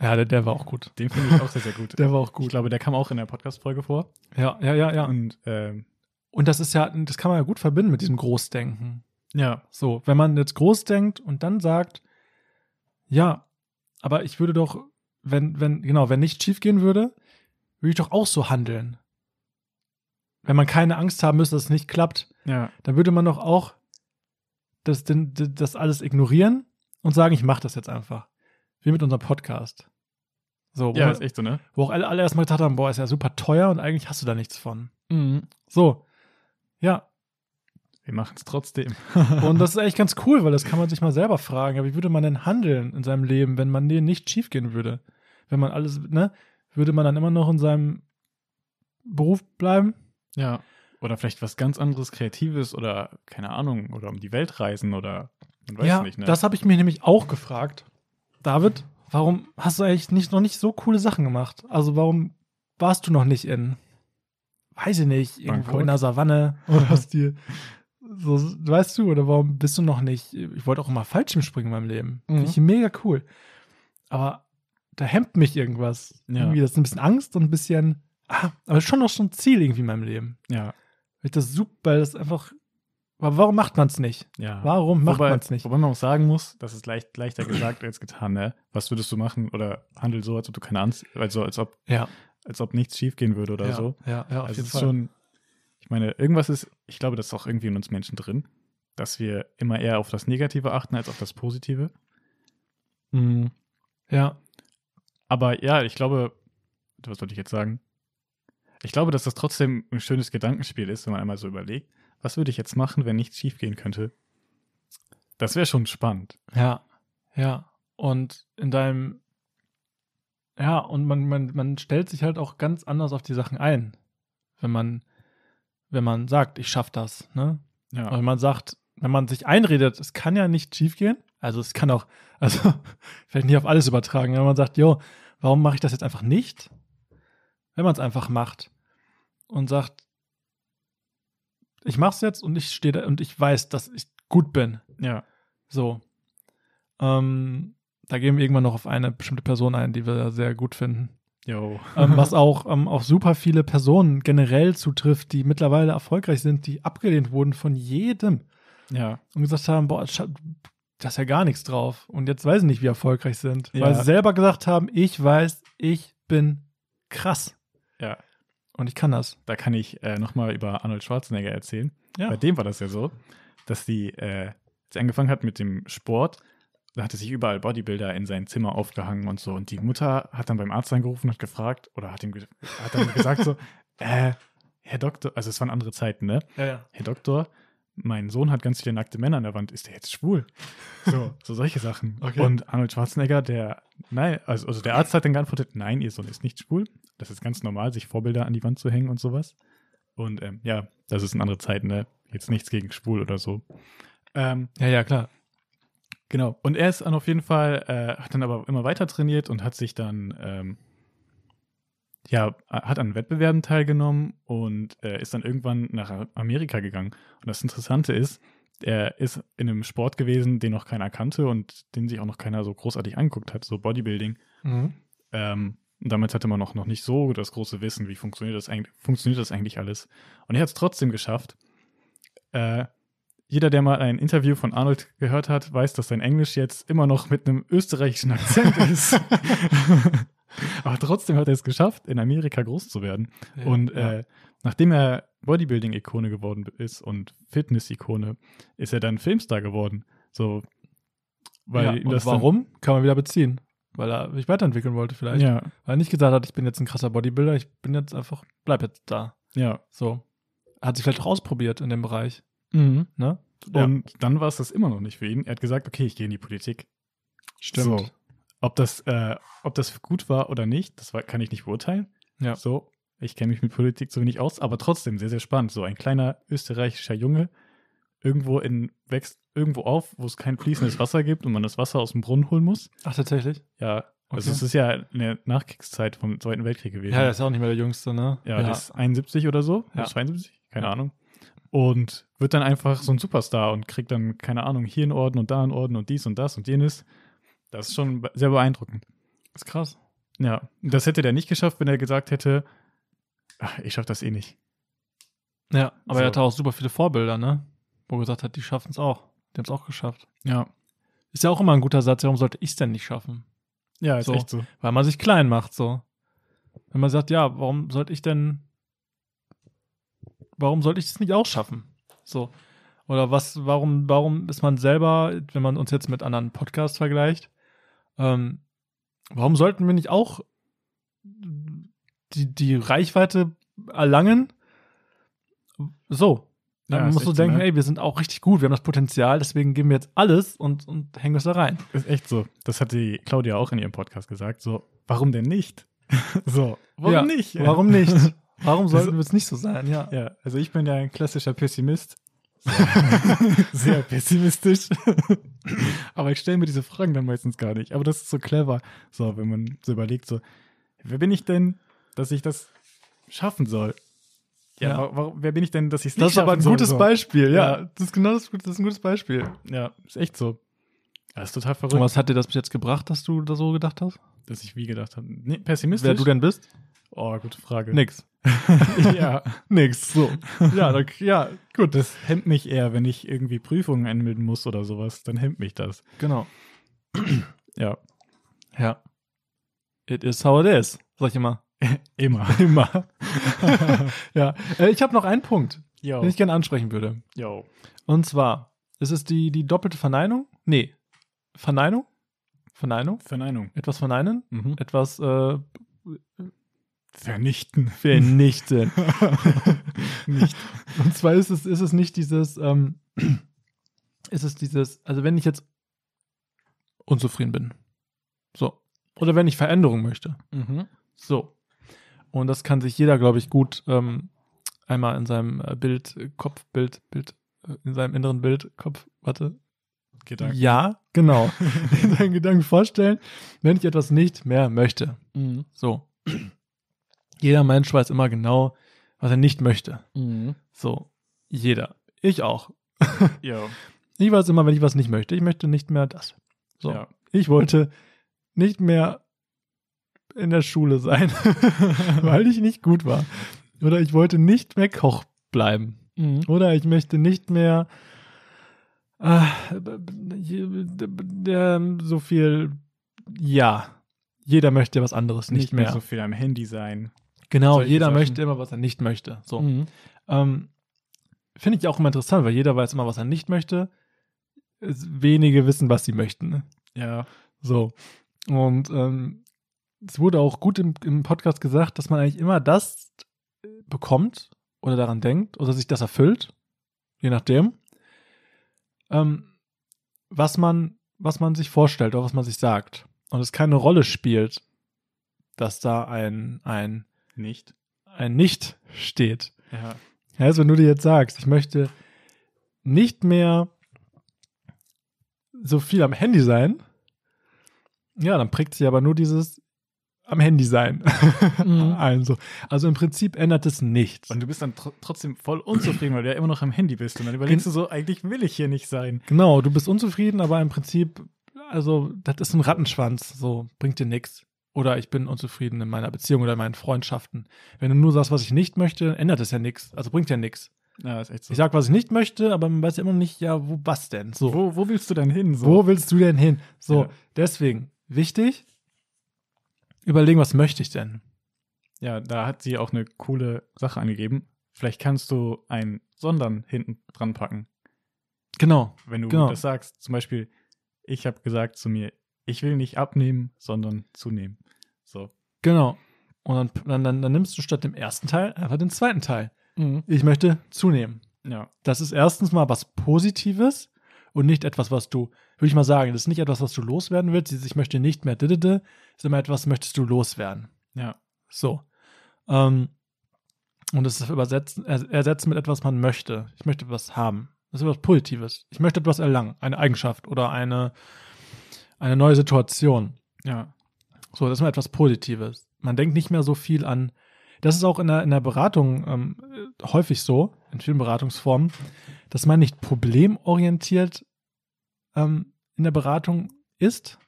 ja, der, der war auch gut. Den finde ich auch sehr, sehr gut. [laughs] Der war auch Ich gut. glaube, der kam auch in der Podcast-Folge vor. Ja, ja, ja, ja. Und, Und ähm, und das ist ja, das kann man ja gut verbinden mit diesem Großdenken. ja, So, wenn man jetzt groß denkt und dann sagt, ja, aber ich würde doch, wenn, wenn, genau, wenn nichts schief gehen würde, würde ich doch auch so handeln. Wenn man keine Angst haben müsste, dass es nicht klappt, ja, dann würde man doch auch das, den- das alles ignorieren und sagen, ich mache das jetzt einfach. Wie mit unserem Podcast. So, wo, ja, ist man, echt so, ne? wo auch alle, alle erstmal gedacht haben, boah, ist ja super teuer und eigentlich hast du da nichts von. So. Ja, Wir machen es trotzdem. Und das ist eigentlich ganz cool, weil das kann man sich mal selber fragen. Aber wie würde man denn handeln in seinem Leben, wenn man denen nicht schiefgehen würde? Wenn man alles, ne? Würde man dann immer noch in seinem Beruf bleiben? Ja. Oder vielleicht was ganz anderes, Kreatives oder, keine Ahnung, oder um die Welt reisen oder man weiß ja, nicht, ne? das habe ich mich nämlich auch gefragt. David, warum hast du eigentlich nicht, noch nicht so coole Sachen gemacht? Also warum warst du noch nicht in, weiß ich nicht, irgendwo Bangkok? in der Savanne oder hast dir, so, weißt du, oder warum bist du noch nicht, ich wollte auch immer Fallschirm springen in meinem Leben. Mhm. Finde ich mega cool. Aber da hemmt mich irgendwas. Ja. Irgendwie, das ist ein bisschen Angst und ein bisschen, ah, aber schon noch so ein Ziel irgendwie in meinem Leben. ja, Weil ich das super, weil das einfach, aber warum macht man es nicht? ja. Warum macht wobei, man es nicht? Wobei man auch sagen muss, das ist leicht, leichter gesagt als getan, ne? Was würdest du machen oder handel so, als ob du keine Angst, also als ob, Ja. als ob nichts schief gehen würde oder ja, so. Ja, ja, auf Also es jeden ist Fall. schon, ich meine, irgendwas ist, ich glaube, das ist auch irgendwie in uns Menschen drin, dass wir immer eher auf das Negative achten als auf das Positive. Mhm. ja, Aber ja, ich glaube, was wollte ich jetzt sagen? Ich glaube, dass das trotzdem ein schönes Gedankenspiel ist, wenn man einmal so überlegt, was würde ich jetzt machen, wenn nichts schiefgehen könnte? Das wäre schon spannend. ja, ja. Und in deinem, ja, und man, man, man stellt sich halt auch ganz anders auf die Sachen ein, wenn man, wenn man sagt, ich schaff das, ne? Ja. Und wenn man sagt, wenn man sich einredet, es kann ja nicht schief gehen, also es kann auch, [laughs] also vielleicht nicht auf alles übertragen, wenn man sagt, jo, warum mache ich das jetzt einfach nicht? Wenn man es einfach macht und sagt, ich mach's jetzt und ich stehe da und ich weiß, dass ich gut bin. ja. So. Ähm, da gehen wir irgendwann noch auf eine bestimmte Person ein, die wir sehr gut finden. Yo. Ähm, was auch ähm, auf super viele Personen generell zutrifft, die mittlerweile erfolgreich sind, die abgelehnt wurden von jedem Ja. und gesagt haben, boah, scha- das ist ja gar nichts drauf. Und jetzt weiß ich nicht, wie erfolgreich sie sind. Weil Ja. sie selber gesagt haben, ich weiß, ich bin krass. Ja. Und ich kann das. Da kann ich äh, nochmal über Arnold Schwarzenegger erzählen. Ja. Bei dem war das ja so, dass die, äh, als er angefangen hat mit dem Sport, da hatte sich überall Bodybuilder in sein Zimmer aufgehangen und so. Und die Mutter hat dann beim Arzt angerufen und hat gefragt, oder hat ihm ge hat dann gesagt so, äh, Herr Doktor, also es waren andere Zeiten, ne? Ja, ja. Herr Doktor, mein Sohn hat ganz viele nackte Männer an der Wand, ist der jetzt schwul? So, so solche Sachen. Okay. Und Arnold Schwarzenegger, der, nein, also, also der Arzt hat dann geantwortet, nein, ihr Sohn ist nicht schwul. Das ist ganz normal, sich Vorbilder an die Wand zu hängen und sowas. Und ähm, ja, das ist eine andere Zeit, ne? Jetzt nichts gegen schwul oder so. Ähm, Ja, ja, klar. genau. Und er ist dann auf jeden Fall, äh, hat dann aber immer weiter trainiert und hat sich dann, ähm, ja, äh, hat an Wettbewerben teilgenommen und äh, ist dann irgendwann nach Amerika gegangen. Und das Interessante ist, er ist in einem Sport gewesen, den noch keiner kannte und den sich auch noch keiner so großartig angeguckt hat, so Bodybuilding. Mhm. Ähm, und damals hatte man auch noch nicht so das große Wissen, wie funktioniert das eigentlich, funktioniert das eigentlich alles. Und er hat es trotzdem geschafft. Äh, jeder, der mal ein Interview von Arnold gehört hat, weiß, dass sein Englisch jetzt immer noch mit einem österreichischen Akzent [laughs] ist. [laughs] Aber trotzdem hat er es geschafft, in Amerika groß zu werden. Ja, Und ja. äh, nachdem er Bodybuilding-Ikone geworden ist und Fitness-Ikone, ist er dann Filmstar geworden. So, weil ja, ihm und das dann- warum? Kann man wieder beziehen. Weil er sich weiterentwickeln wollte vielleicht. Ja, Weil er nicht gesagt hat, ich bin jetzt ein krasser Bodybuilder, ich bin jetzt einfach, bleib jetzt da. ja. So. Hat sich vielleicht auch ausprobiert in dem Bereich, ne? Und dann war es das immer noch nicht für ihn. Er hat gesagt, okay, ich gehe in die Politik. Stimmt. So. Ob das, äh, ob das gut war oder nicht, das war, kann ich nicht beurteilen. Ja. So, ich kenne mich mit Politik so wenig aus, aber trotzdem sehr, sehr spannend. So ein kleiner österreichischer Junge irgendwo in wächst irgendwo auf, wo es kein fließendes Wasser gibt und man das Wasser aus dem Brunnen holen muss. Ach, tatsächlich? Ja, also Okay. es ist ja eine Nachkriegszeit vom Zweiten Weltkrieg gewesen. Ja, der ist ja auch nicht mehr der Jüngste, ne? Ja, das ist 71 oder so, Ja. 72, keine Ja. Ahnung. Und wird dann einfach so ein Superstar und kriegt dann, keine Ahnung, hier einen Orden und da einen Orden und dies und das und jenes. Das ist schon be- sehr beeindruckend. ist krass. Ja, Und das hätte der nicht geschafft, wenn er gesagt hätte, ach, ich schaff das eh nicht. Ja, aber So. er hatte auch super viele Vorbilder, ne? Wo er gesagt hat, die schaffen es auch. Die haben es auch geschafft. Ja, Ist ja auch immer ein guter Satz, warum sollte ich es denn nicht schaffen? ja, ist So. echt so. Weil man sich klein macht, so. Wenn man sagt, ja, warum sollte ich denn, warum sollte ich das nicht auch schaffen? So. Oder was, warum, warum ist man selber, wenn man uns jetzt mit anderen Podcasts vergleicht, ähm, warum sollten wir nicht auch die, die Reichweite erlangen? So. Ja, Dann ist musst du echt so, denken, ne? ey, wir sind auch richtig gut, wir haben das Potenzial, deswegen geben wir jetzt alles und, und hängen es da rein. Ist echt so. Das hat die Claudia auch in ihrem Podcast gesagt. So, warum denn nicht? [laughs] so, warum [laughs] Ja, nicht? Warum nicht? [laughs] Warum Das- sollten wir es nicht so sein? Ja. Ja, also ich bin ja ein klassischer [laughs] Pessimist. Sehr pessimistisch. [laughs] Aber ich stelle mir diese Fragen dann meistens gar nicht. Aber das ist so clever. So, wenn man so überlegt, so, wer bin ich denn, dass ich das schaffen soll? Ja, Ja. wa- wa- wer bin ich denn, dass ich es nicht Das ist aber ein schaffen soll? gutes so. Beispiel, ja. Ja. Das ist genau das, das ist ein gutes Beispiel. Ja, ist echt so. Das ist total Und verrückt, was hat dir das bis jetzt gebracht, dass du da so gedacht hast? dass ich wie gedacht habe. Nee, pessimistisch? Wer du denn bist? Oh, gute Frage. Nix. [laughs] ja. Nix. So. [laughs] ja, da, ja, Gut, das hemmt mich eher, wenn ich irgendwie Prüfungen anmelden muss oder sowas. Dann hemmt mich das. [clears throat] genau. Ja, Ja. It is how it is, sag ich immer. immer. Immer. [laughs] ja. Äh, ich habe noch einen Punkt, [laughs] Yo. den ich gerne ansprechen würde. Yo. Und zwar, ist es die, die doppelte Verneinung? Nee. Verneinung? Verneinung? Verneinung. Etwas verneinen? Etwas äh, [laughs] Vernichten. vernichten. [laughs] Nicht. Und zwar ist es, ist es nicht dieses, ähm, [clears throat] ist es dieses, also wenn ich jetzt unzufrieden bin. So. Oder wenn ich Veränderung möchte. Mhm. So. Und das kann sich jeder, glaube ich, gut ähm, einmal in seinem äh, Bild, äh, Kopfbild, Bild, äh, in seinem inneren Bild, Kopf, warte, Gedanken. ja, genau. [laughs] In seinen Gedanken vorstellen, wenn ich etwas nicht mehr möchte. So. Jeder Mensch weiß immer genau, was er nicht möchte. So. Jeder. Ich auch. Ja. Ich weiß immer, wenn ich was nicht möchte. Ich möchte nicht mehr das. So. Ja. Ich wollte nicht mehr in der Schule sein, [laughs] weil ich nicht gut war. Oder Mhm. ich wollte nicht mehr Koch bleiben. Oder ich möchte nicht mehr Ah, b- b- b- b- ähm, so viel, ja. Jeder möchte was anderes, nicht, mehr. so viel am Handy sein. Genau, solche jeder Sachen. möchte immer, was er nicht möchte. So. Mhm. Ähm, Finde ich auch immer interessant, weil jeder weiß immer, was er nicht möchte. Es, wenige wissen, was sie möchten. Ne? Ja. So. Und ähm, es wurde auch gut im, im Podcast gesagt, dass man eigentlich immer das bekommt oder daran denkt oder sich das erfüllt, je nachdem, ähm, was, man, was man sich vorstellt oder was man sich sagt. Und es keine Rolle spielt, dass da ein, ein, Nicht? ein Nicht steht. Ja. Ja, Also, wenn du dir jetzt sagst, ich möchte nicht mehr so viel am Handy sein, ja, dann prägt sich aber nur dieses am Handy sein. Mhm. ein, so. [laughs] Also im Prinzip ändert es nichts. Und du bist dann tr trotzdem voll unzufrieden, weil du ja immer noch am Handy bist. Und dann überlegst du so, eigentlich will ich hier nicht sein. genau, du bist unzufrieden, aber im Prinzip, also das ist ein Rattenschwanz, so bringt dir nichts. Oder ich bin unzufrieden in meiner Beziehung oder in meinen Freundschaften. Wenn du nur sagst, was ich nicht möchte, ändert es ja nichts. Also bringt ja nichts. Ja, ist echt so. Ich sag, was ich nicht möchte, aber man weiß ja immer noch nicht, ja, wo was denn? So. wo, wo willst du denn hin? So? Wo willst du denn hin? So, Ja. deswegen, wichtig, überlegen, was möchte ich denn? Ja, da hat sie auch eine coole Sache angegeben. Vielleicht kannst du ein Sondern hinten dran packen, Genau. wenn du Genau. das sagst. Zum Beispiel, ich habe gesagt zu mir, ich will nicht abnehmen, sondern zunehmen. So. Genau. Und dann, dann, dann, dann nimmst du statt dem ersten Teil einfach den zweiten Teil. Ich möchte zunehmen. Ja, Das ist erstens mal was Positives und nicht etwas, was du, würde ich mal sagen, das ist nicht etwas, was du loswerden willst. Dieses Ich möchte nicht mehr, didede, ist immer etwas, möchtest du loswerden. ja, So. Ähm, und das ist übersetzen, er- ersetzen mit etwas, man möchte. Ich möchte etwas haben. Das ist etwas Positives. Ich möchte etwas erlangen. Eine Eigenschaft oder eine, eine neue Situation. ja. So, das ist mal etwas Positives. Man denkt nicht mehr so viel an. Das ist auch in der, in der Beratung ähm, äh, häufig so, in vielen Beratungsformen, dass man nicht problemorientiert ähm, in der Beratung ist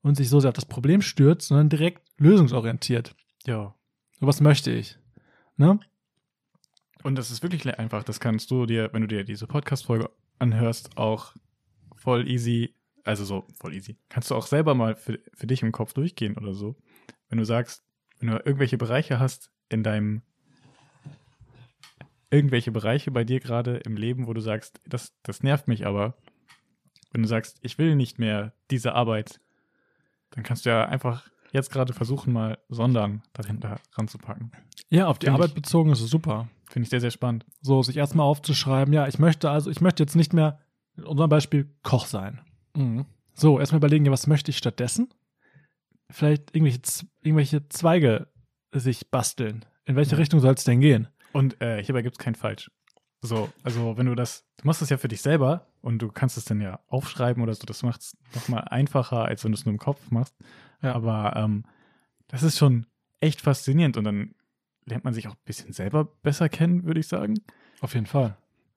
und sich so sehr auf das Problem stürzt, sondern direkt lösungsorientiert. Ja. So, was möchte ich? Ne? Und das ist wirklich le- einfach. Das kannst du dir, wenn du dir diese Podcast-Folge anhörst, auch voll easy, also so voll easy, kannst du auch selber mal für, für dich im Kopf durchgehen oder so. Wenn du sagst, wenn du irgendwelche Bereiche hast in deinem, irgendwelche Bereiche bei dir gerade im Leben, wo du sagst, das, das nervt mich aber. Wenn du sagst, ich will nicht mehr diese Arbeit, dann kannst du ja einfach jetzt gerade versuchen, mal Sondern dahinter ranzupacken. Ja, auf die Finde Arbeit ich. bezogen ist es super. Finde ich sehr, sehr spannend. So, sich erstmal aufzuschreiben, ja, ich möchte also, ich möchte jetzt nicht mehr, in unserem Beispiel, Koch sein. Mhm. So, erstmal überlegen, ja, was möchte ich stattdessen? Vielleicht irgendwelche, Z- irgendwelche Zweige sich basteln. In welche Ja. Richtung soll es denn gehen? Und äh, hierbei gibt es kein Falsch. So, also wenn du das, du machst das ja für dich selber und du kannst es dann ja aufschreiben oder so, das macht es nochmal einfacher, als wenn du es nur im Kopf machst. Ja. Aber ähm, das ist schon echt faszinierend und dann lernt man sich auch ein bisschen selber besser kennen, würde ich sagen. Auf jeden Fall.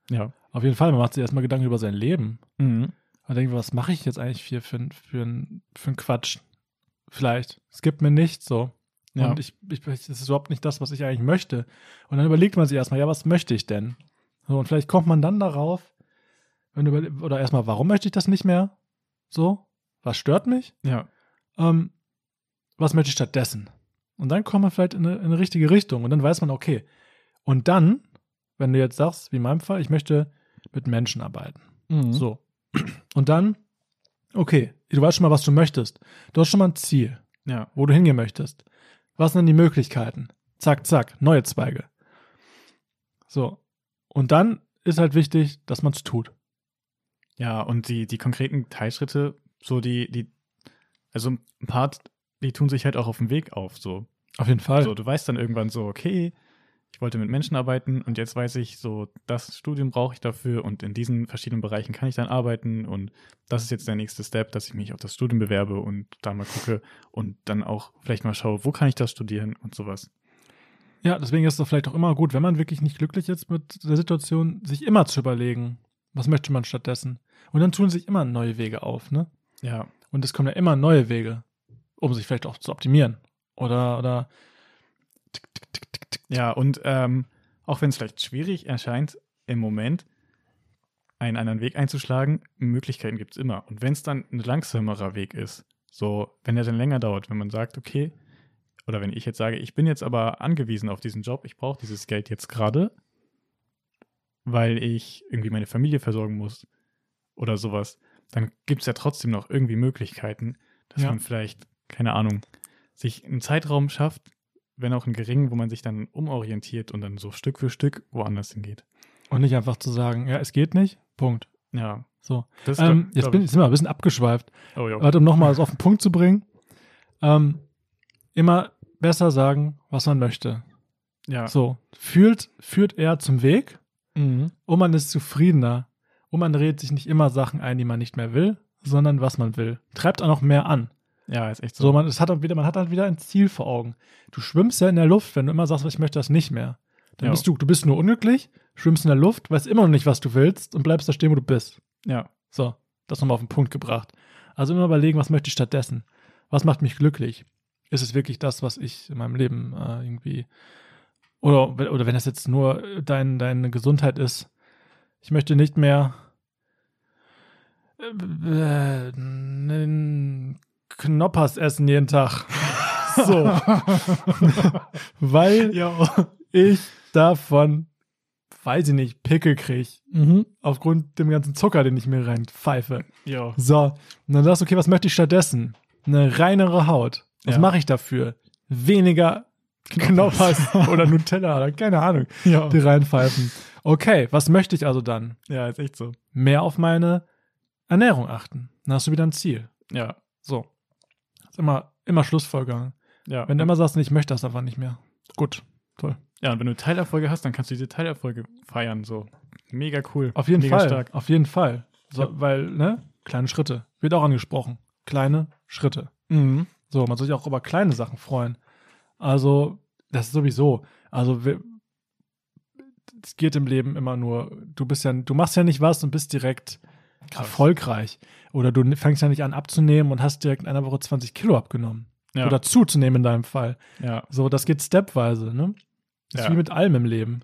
Ja. Auf jeden Fall, man macht sich erstmal Gedanken über sein Leben. Man denkt, was mache ich jetzt eigentlich für, für, für, einen- für einen Quatsch? Vielleicht. Es gibt mir nichts so. Ja. Und ich, ich, das ist überhaupt nicht das, was ich eigentlich möchte. Und dann überlegt man sich erstmal, ja, was möchte ich denn? So, und vielleicht kommt man dann darauf, wenn du überle- oder erstmal, warum möchte ich das nicht mehr? So, was stört mich? Ja. Ähm, was möchte ich stattdessen? Und dann kommt man vielleicht in eine, in eine richtige Richtung und dann weiß man, okay. Und dann, wenn du jetzt sagst, wie in meinem Fall, ich möchte mit Menschen arbeiten. So. So. Und dann, okay, du weißt schon mal, was du möchtest. Du hast schon mal ein Ziel, Ja. wo du hingehen möchtest. Was sind denn die Möglichkeiten? Zack, zack, neue Zweige. So. Und dann ist halt wichtig, dass man es tut. Ja, und die, die konkreten Teilschritte, so die, die, also ein paar, die tun sich halt auch auf dem Weg auf, so. Auf jeden Fall. So, Also, du weißt dann irgendwann so, okay, ich wollte mit Menschen arbeiten und jetzt weiß ich so, das Studium brauche ich dafür und in diesen verschiedenen Bereichen kann ich dann arbeiten und das ist jetzt der nächste Step, dass ich mich auf das Studium bewerbe und da mal gucke und dann auch vielleicht mal schaue, wo kann ich das studieren und sowas. Ja, deswegen ist es vielleicht auch immer gut, wenn man wirklich nicht glücklich ist mit der Situation, sich immer zu überlegen, was möchte man stattdessen. Und dann tun sich immer neue Wege auf, ne? Ja, Und es kommen ja immer neue Wege, um sich vielleicht auch zu optimieren. Oder, oder, ja und ähm, auch wenn es vielleicht schwierig erscheint im Moment, einen anderen Weg einzuschlagen, Möglichkeiten gibt es immer. Und wenn es dann ein langsamerer Weg ist, so, wenn der dann länger dauert, wenn man sagt, okay, oder wenn ich jetzt sage, ich bin jetzt aber angewiesen auf diesen Job, ich brauche dieses Geld jetzt gerade, weil ich irgendwie meine Familie versorgen muss oder sowas, dann gibt es ja trotzdem noch irgendwie Möglichkeiten, dass Ja. man vielleicht, keine Ahnung, sich einen Zeitraum schafft, wenn auch einen geringen, wo man sich dann umorientiert und dann so Stück für Stück woanders hingeht. Und nicht einfach zu sagen, ja, es geht nicht, Punkt. Ja, So, das glaub- ähm, jetzt glaub bin ich immer ein bisschen abgeschweift. Oh, ja. Warte, um nochmal es auf den Punkt zu bringen. Ähm, immer besser sagen, was man möchte. ja. So, fühlt, führt er zum Weg Mhm. und man ist zufriedener. Und man redet sich nicht immer Sachen ein, die man nicht mehr will, sondern was man will. Treibt auch noch mehr an. Ja, ist echt so. So, man, es hat dann wieder, man hat dann wieder ein Ziel vor Augen. Du schwimmst ja in der Luft, wenn du immer sagst, ich möchte das nicht mehr. Dann Ja. bist du, du bist nur unglücklich, schwimmst in der Luft, weißt immer noch nicht, was du willst und bleibst da stehen, wo du bist. Ja, So, das nochmal auf den Punkt gebracht. Also immer überlegen, was möchte ich stattdessen? Was macht mich glücklich? Ist es wirklich das, was ich in meinem Leben äh, irgendwie. Oder, we- oder wenn das jetzt nur äh, dein, deine Gesundheit ist, ich möchte nicht mehr äh, äh, einen Knoppers essen jeden Tag. [laughs] So. [laughs] Weil ja. ich davon, weiß ich nicht, Pickel kriege. Mhm. Aufgrund dem ganzen Zucker, den ich mir reinpfeife. Ja. So, und dann sagst du, okay, was möchte ich stattdessen? Eine reinere Haut. Was Ja. mache ich dafür? Weniger Knoppers oder Nutella oder keine Ahnung, Ja. die reinpfeifen. Okay, was möchte ich also dann? ja, ist echt so. Mehr auf meine Ernährung achten. Dann hast du wieder ein Ziel. Ja. So. Ist immer, immer Schlussfolgerung. Ja. Wenn du immer sagst, nee, ich möchte das einfach nicht mehr. Gut, toll. ja, und wenn du Teilerfolge hast, dann kannst du diese Teilerfolge feiern. So. Mega cool. Auf jeden Mega Fall. stark. Auf jeden Fall. So, Weil, ne? Kleine Schritte. Wird auch angesprochen. Kleine Schritte. Mhm. So, man soll sich auch über kleine Sachen freuen. Also, das ist sowieso. Also, wir, es geht im Leben immer nur, du bist ja, du machst ja nicht was und bist direkt Krass. erfolgreich. Oder du n- fängst ja nicht an abzunehmen und hast direkt in einer Woche 20 Kilo abgenommen. Ja. Oder zuzunehmen in deinem Fall. ja. So, das geht stepweise, ne? Das ist Ja. wie mit allem im Leben.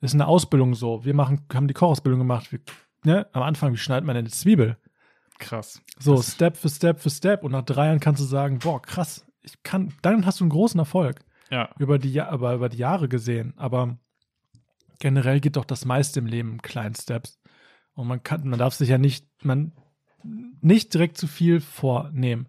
Das ist eine Ausbildung so. Wir machen, haben die Kochausbildung gemacht. Wir, ne? Am Anfang, wie schneidet man denn eine Zwiebel? Krass. So, Step für Step für Step. Und nach drei Jahren kannst du sagen, boah, krass, ich kann, dann hast du einen großen Erfolg Ja. über die, Ja- aber über die Jahre gesehen. Aber generell geht doch das meiste im Leben in kleinen Steps. Und man kann, man darf sich ja nicht, man nicht direkt zu viel vornehmen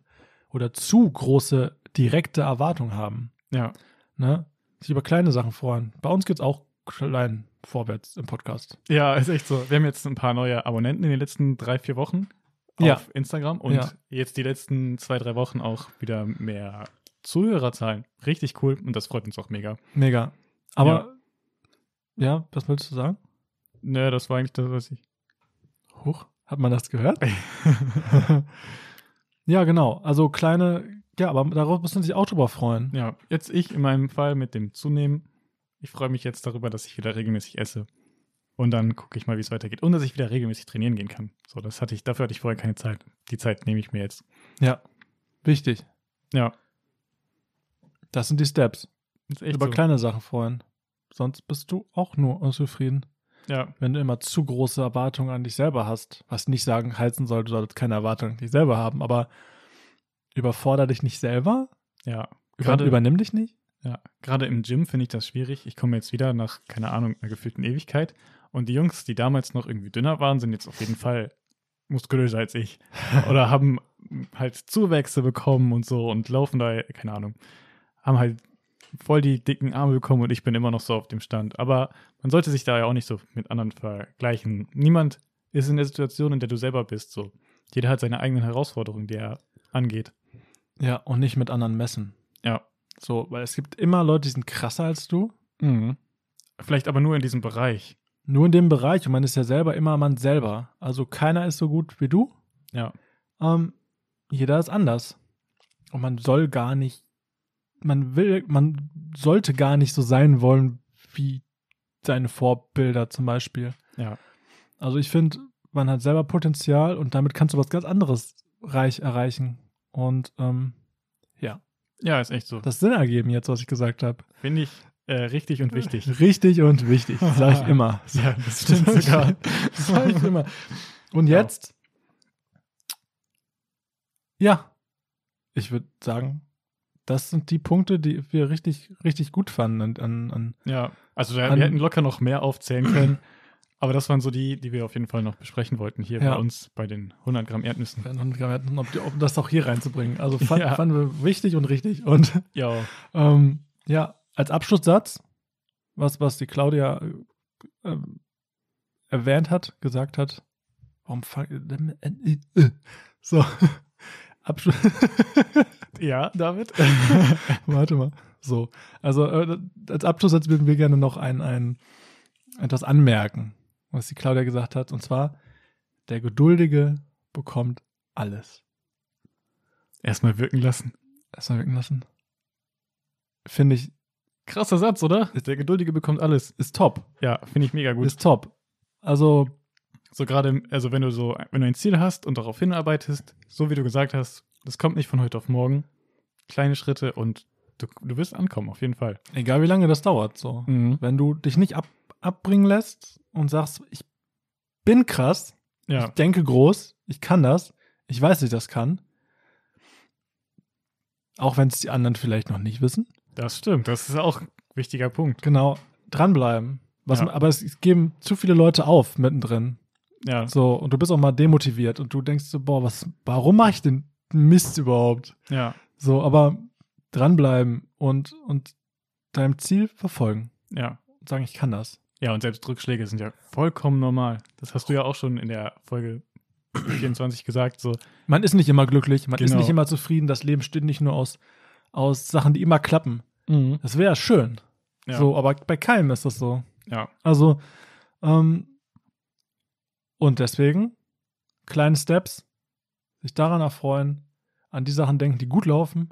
oder zu große direkte Erwartungen haben. Ja. Ne? Sich über kleine Sachen freuen. Bei uns geht's auch klein vorwärts im Podcast. Ja, ist echt so. Wir haben jetzt ein paar neue Abonnenten in den letzten drei, vier Wochen auf Ja. Instagram und Ja. jetzt die letzten zwei, drei Wochen auch wieder mehr Zuhörerzahlen. Richtig cool und das freut uns auch mega. Mega. Aber ja, was wolltest du sagen? Nö, Ne, das war eigentlich das, was ich. Huch, hat man das gehört? [laughs] ja, genau. Also kleine, ja, aber darauf muss man sich auch drüber freuen. Ja, jetzt ich in meinem Fall mit dem Zunehmen. Ich freue mich jetzt darüber, dass ich wieder regelmäßig esse. Und dann gucke ich mal, wie es weitergeht. Und dass ich wieder regelmäßig trainieren gehen kann. So, das hatte ich, dafür hatte ich vorher keine Zeit. Die Zeit nehme ich mir jetzt. Ja. Wichtig. Ja, Das sind die Steps. ist echt Über so. kleine Sachen freuen. Sonst bist du auch nur unzufrieden, Ja, wenn du immer zu große Erwartungen an dich selber hast. Was nicht sagen, heißen soll, du solltest keine Erwartungen an dich selber haben, aber überforder dich nicht selber, ja. über- Gerade- übernimm dich nicht. Ja, gerade im Gym finde ich das schwierig. Ich komme jetzt wieder nach, keine Ahnung, einer gefühlten Ewigkeit. Und die Jungs, die damals noch irgendwie dünner waren, sind jetzt auf jeden Fall muskulöser als ich. Oder haben halt Zuwächse bekommen und so und laufen da, keine Ahnung, haben halt voll die dicken Arme bekommen und ich bin immer noch so auf dem Stand. Aber man sollte sich da ja auch nicht so mit anderen vergleichen. Niemand ist in der Situation, in der du selber bist. So. Jeder hat seine eigenen Herausforderungen, die er angeht. Ja, und nicht mit anderen messen. Ja. So, weil es gibt immer Leute, die sind krasser als du. Vielleicht aber nur in diesem Bereich. Nur in dem Bereich und man ist ja selber immer man selber. Also keiner ist so gut wie du. Ja. Ähm, jeder ist anders. Und man soll gar nicht, man will, man sollte gar nicht so sein wollen wie seine Vorbilder zum Beispiel. Ja. Also ich finde, man hat selber Potenzial und damit kannst du was ganz anderes reich erreichen. Und ähm, Ja, ist echt so. das Sinn ergeben jetzt, was ich gesagt habe. Finde ich Äh, richtig und wichtig. Richtig und wichtig, sage ich immer. [laughs] Ja, das stimmt sogar. Das sage ich immer. Und jetzt? Ja. Ich würde sagen, das sind die Punkte, die wir richtig, richtig gut fanden. An, an, an Ja, also wir, An- wir hätten locker noch mehr aufzählen können. Aber das waren so die, die wir auf jeden Fall noch besprechen wollten hier Ja. bei uns bei den 100 Gramm Erdnüssen. ob, die- ob das auch hier reinzubringen. Also fand, Ja. fanden wir wichtig und richtig. Und [laughs] Ja, ähm, ja, als Abschlusssatz, was, was die Claudia äh, ähm, erwähnt hat, gesagt hat, warum fang, äh, äh, äh, so, [laughs] Abschluss. ja David. Warte mal. So. Also äh, als Abschlusssatz würden wir gerne noch ein, ein, etwas anmerken, was die Claudia gesagt hat. Und zwar, der Geduldige bekommt alles. [laughs] Erstmal wirken lassen. Erstmal wirken lassen. Finde ich, Krasser Satz, oder? Der Geduldige bekommt alles. ist top. Ja, finde ich mega gut. Ist top. Also, So gerade, im- also wenn du so, wenn du ein Ziel hast und darauf hinarbeitest, so wie du gesagt hast, das kommt nicht von heute auf morgen. Kleine Schritte und du, du wirst ankommen, auf jeden Fall. egal wie lange das dauert, so. Mhm. Wenn du dich nicht ab, abbringen lässt und sagst, ich bin krass, ich Ja, denke groß, ich kann das, ich weiß, dass ich das kann. Auch wenn es die anderen vielleicht noch nicht wissen. das stimmt. Das ist auch ein wichtiger Punkt. Genau, dranbleiben. Was, Ja. Aber es, es geben zu viele Leute auf mittendrin. Ja, So, und du bist auch mal demotiviert und du denkst so, boah, was, warum mache ich den Mist überhaupt? ja, So, aber dranbleiben und, und deinem Ziel verfolgen. ja. Und sagen, ich kann das. Ja, und selbst Rückschläge sind ja vollkommen normal. Das hast du ja auch schon in der Folge 24 gesagt. So, Man ist nicht immer glücklich, man ist Genau. nicht immer zufrieden. Das Leben steht nicht nur aus, aus Sachen, die immer klappen. Das wäre schön. ja, So, aber bei keinem ist das so. ja, Also, ähm, und deswegen, kleine Steps, sich daran erfreuen, an die Sachen denken, die gut laufen.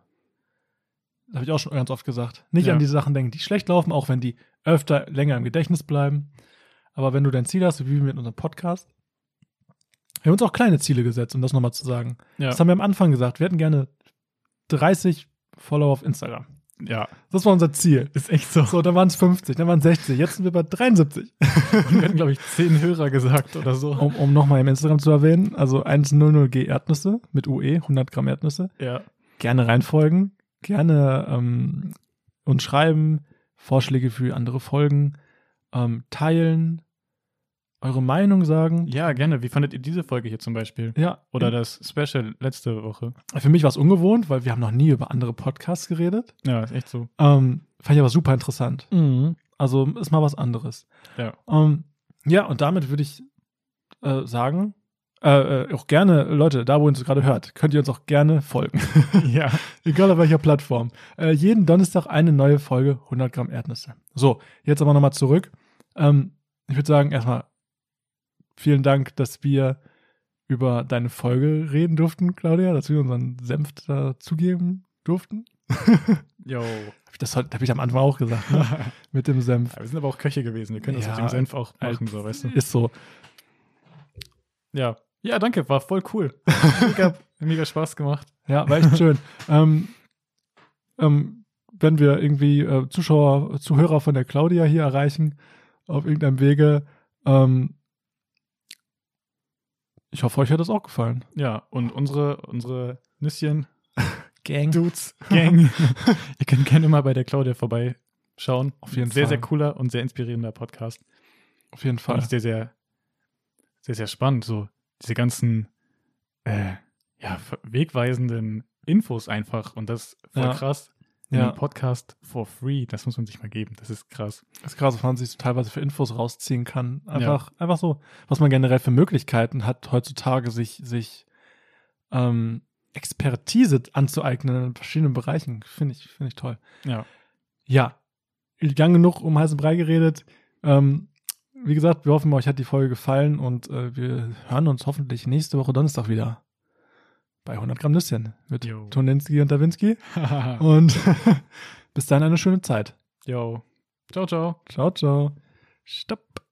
Das habe ich auch schon ganz oft gesagt. Nicht Ja. an die Sachen denken, die schlecht laufen, auch wenn die öfter länger im Gedächtnis bleiben. Aber wenn du dein Ziel hast, wie wir mit unserem Podcast, wir haben uns auch kleine Ziele gesetzt, um das nochmal zu sagen. ja, Das haben wir am Anfang gesagt. Wir hätten gerne 30 Follower auf Instagram. ja. Das war unser Ziel. Ist echt so. So, dann waren es 50, dann waren es 60, jetzt sind wir bei 73. Und wir hatten, glaube ich, zehn Hörer gesagt oder so. Um, um nochmal im Instagram zu erwähnen, also 100G Erdnüsse mit UE, 100 Gramm Erdnüsse. Ja, Gerne reinfolgen, gerne ähm, uns schreiben, Vorschläge für andere Folgen, ähm, teilen, eure Meinung sagen. ja, gerne. Wie fandet ihr diese Folge hier zum Beispiel? Ja, Oder das Special letzte Woche? für mich war es ungewohnt, weil wir haben noch nie über andere Podcasts geredet. Ja, ist echt [laughs] so. Ähm, fand ich aber super interessant. Mhm. Also ist mal was anderes. Ja. Ähm, ja, und damit würde ich äh, sagen, äh, äh, auch gerne, Leute, da wo ihr uns gerade hört, könnt ihr uns auch gerne folgen. [laughs] Ja, Egal auf welcher Plattform. Äh, jeden Donnerstag eine neue Folge 100 Gramm Erdnüsse. So, jetzt aber nochmal zurück. Ähm, ich würde sagen, erstmal vielen Dank, dass wir über deine Folge reden durften, Claudia, dass wir unseren Senf dazugeben durften. [laughs] yo. Hab ich Das heute- hab ich am Anfang auch gesagt, ne? mit dem Senf. Ja, wir sind aber auch Köche gewesen. Wir können das Ja, mit dem Senf auch äh, machen, so, weißt du? Ist so. Ja. Ja, danke. War voll [laughs] cool. Mega, mega Spaß gemacht. Ja, war echt [laughs] schön. ähm, ähm, wenn wir irgendwie äh, Zuschauer, Zuhörer von der Claudia hier erreichen, auf irgendeinem Wege, ähm, ich hoffe, euch hat das auch gefallen. Ja, und unsere, unsere Nüsschen, Gang. Dudes, [laughs] Gang, ihr könnt gerne mal bei der Claudia vorbeischauen. Auf sehr, jeden Fall. Sehr, sehr cooler und sehr inspirierender Podcast. Auf jeden Fall. Fand ich sehr, sehr, sehr, sehr spannend. So diese ganzen äh, ja, ver- wegweisenden Infos einfach. Und das voll Ja. krass. In Ja, einem Podcast for free. Das muss man sich mal geben. Das ist [laughs] krass. ist krass, was man sich so teilweise für Infos rausziehen kann. Einfach, einfach so, was man generell für Möglichkeiten hat, heutzutage sich, sich ähm, Expertise anzueignen in verschiedenen Bereichen. Finde ich, finde ich toll. Ja. Ja, lang genug um heißen Brei geredet. Ähm, wie gesagt, wir hoffen, euch hat die Folge gefallen und äh, wir hören uns hoffentlich nächste Woche Donnerstag wieder bei 100 Gramm Nüsschen mit Jo. Toninski und Dawinski. Und [laughs] bis dann eine schöne Zeit. Yo. Ciao, ciao. Ciao, ciao. Stopp.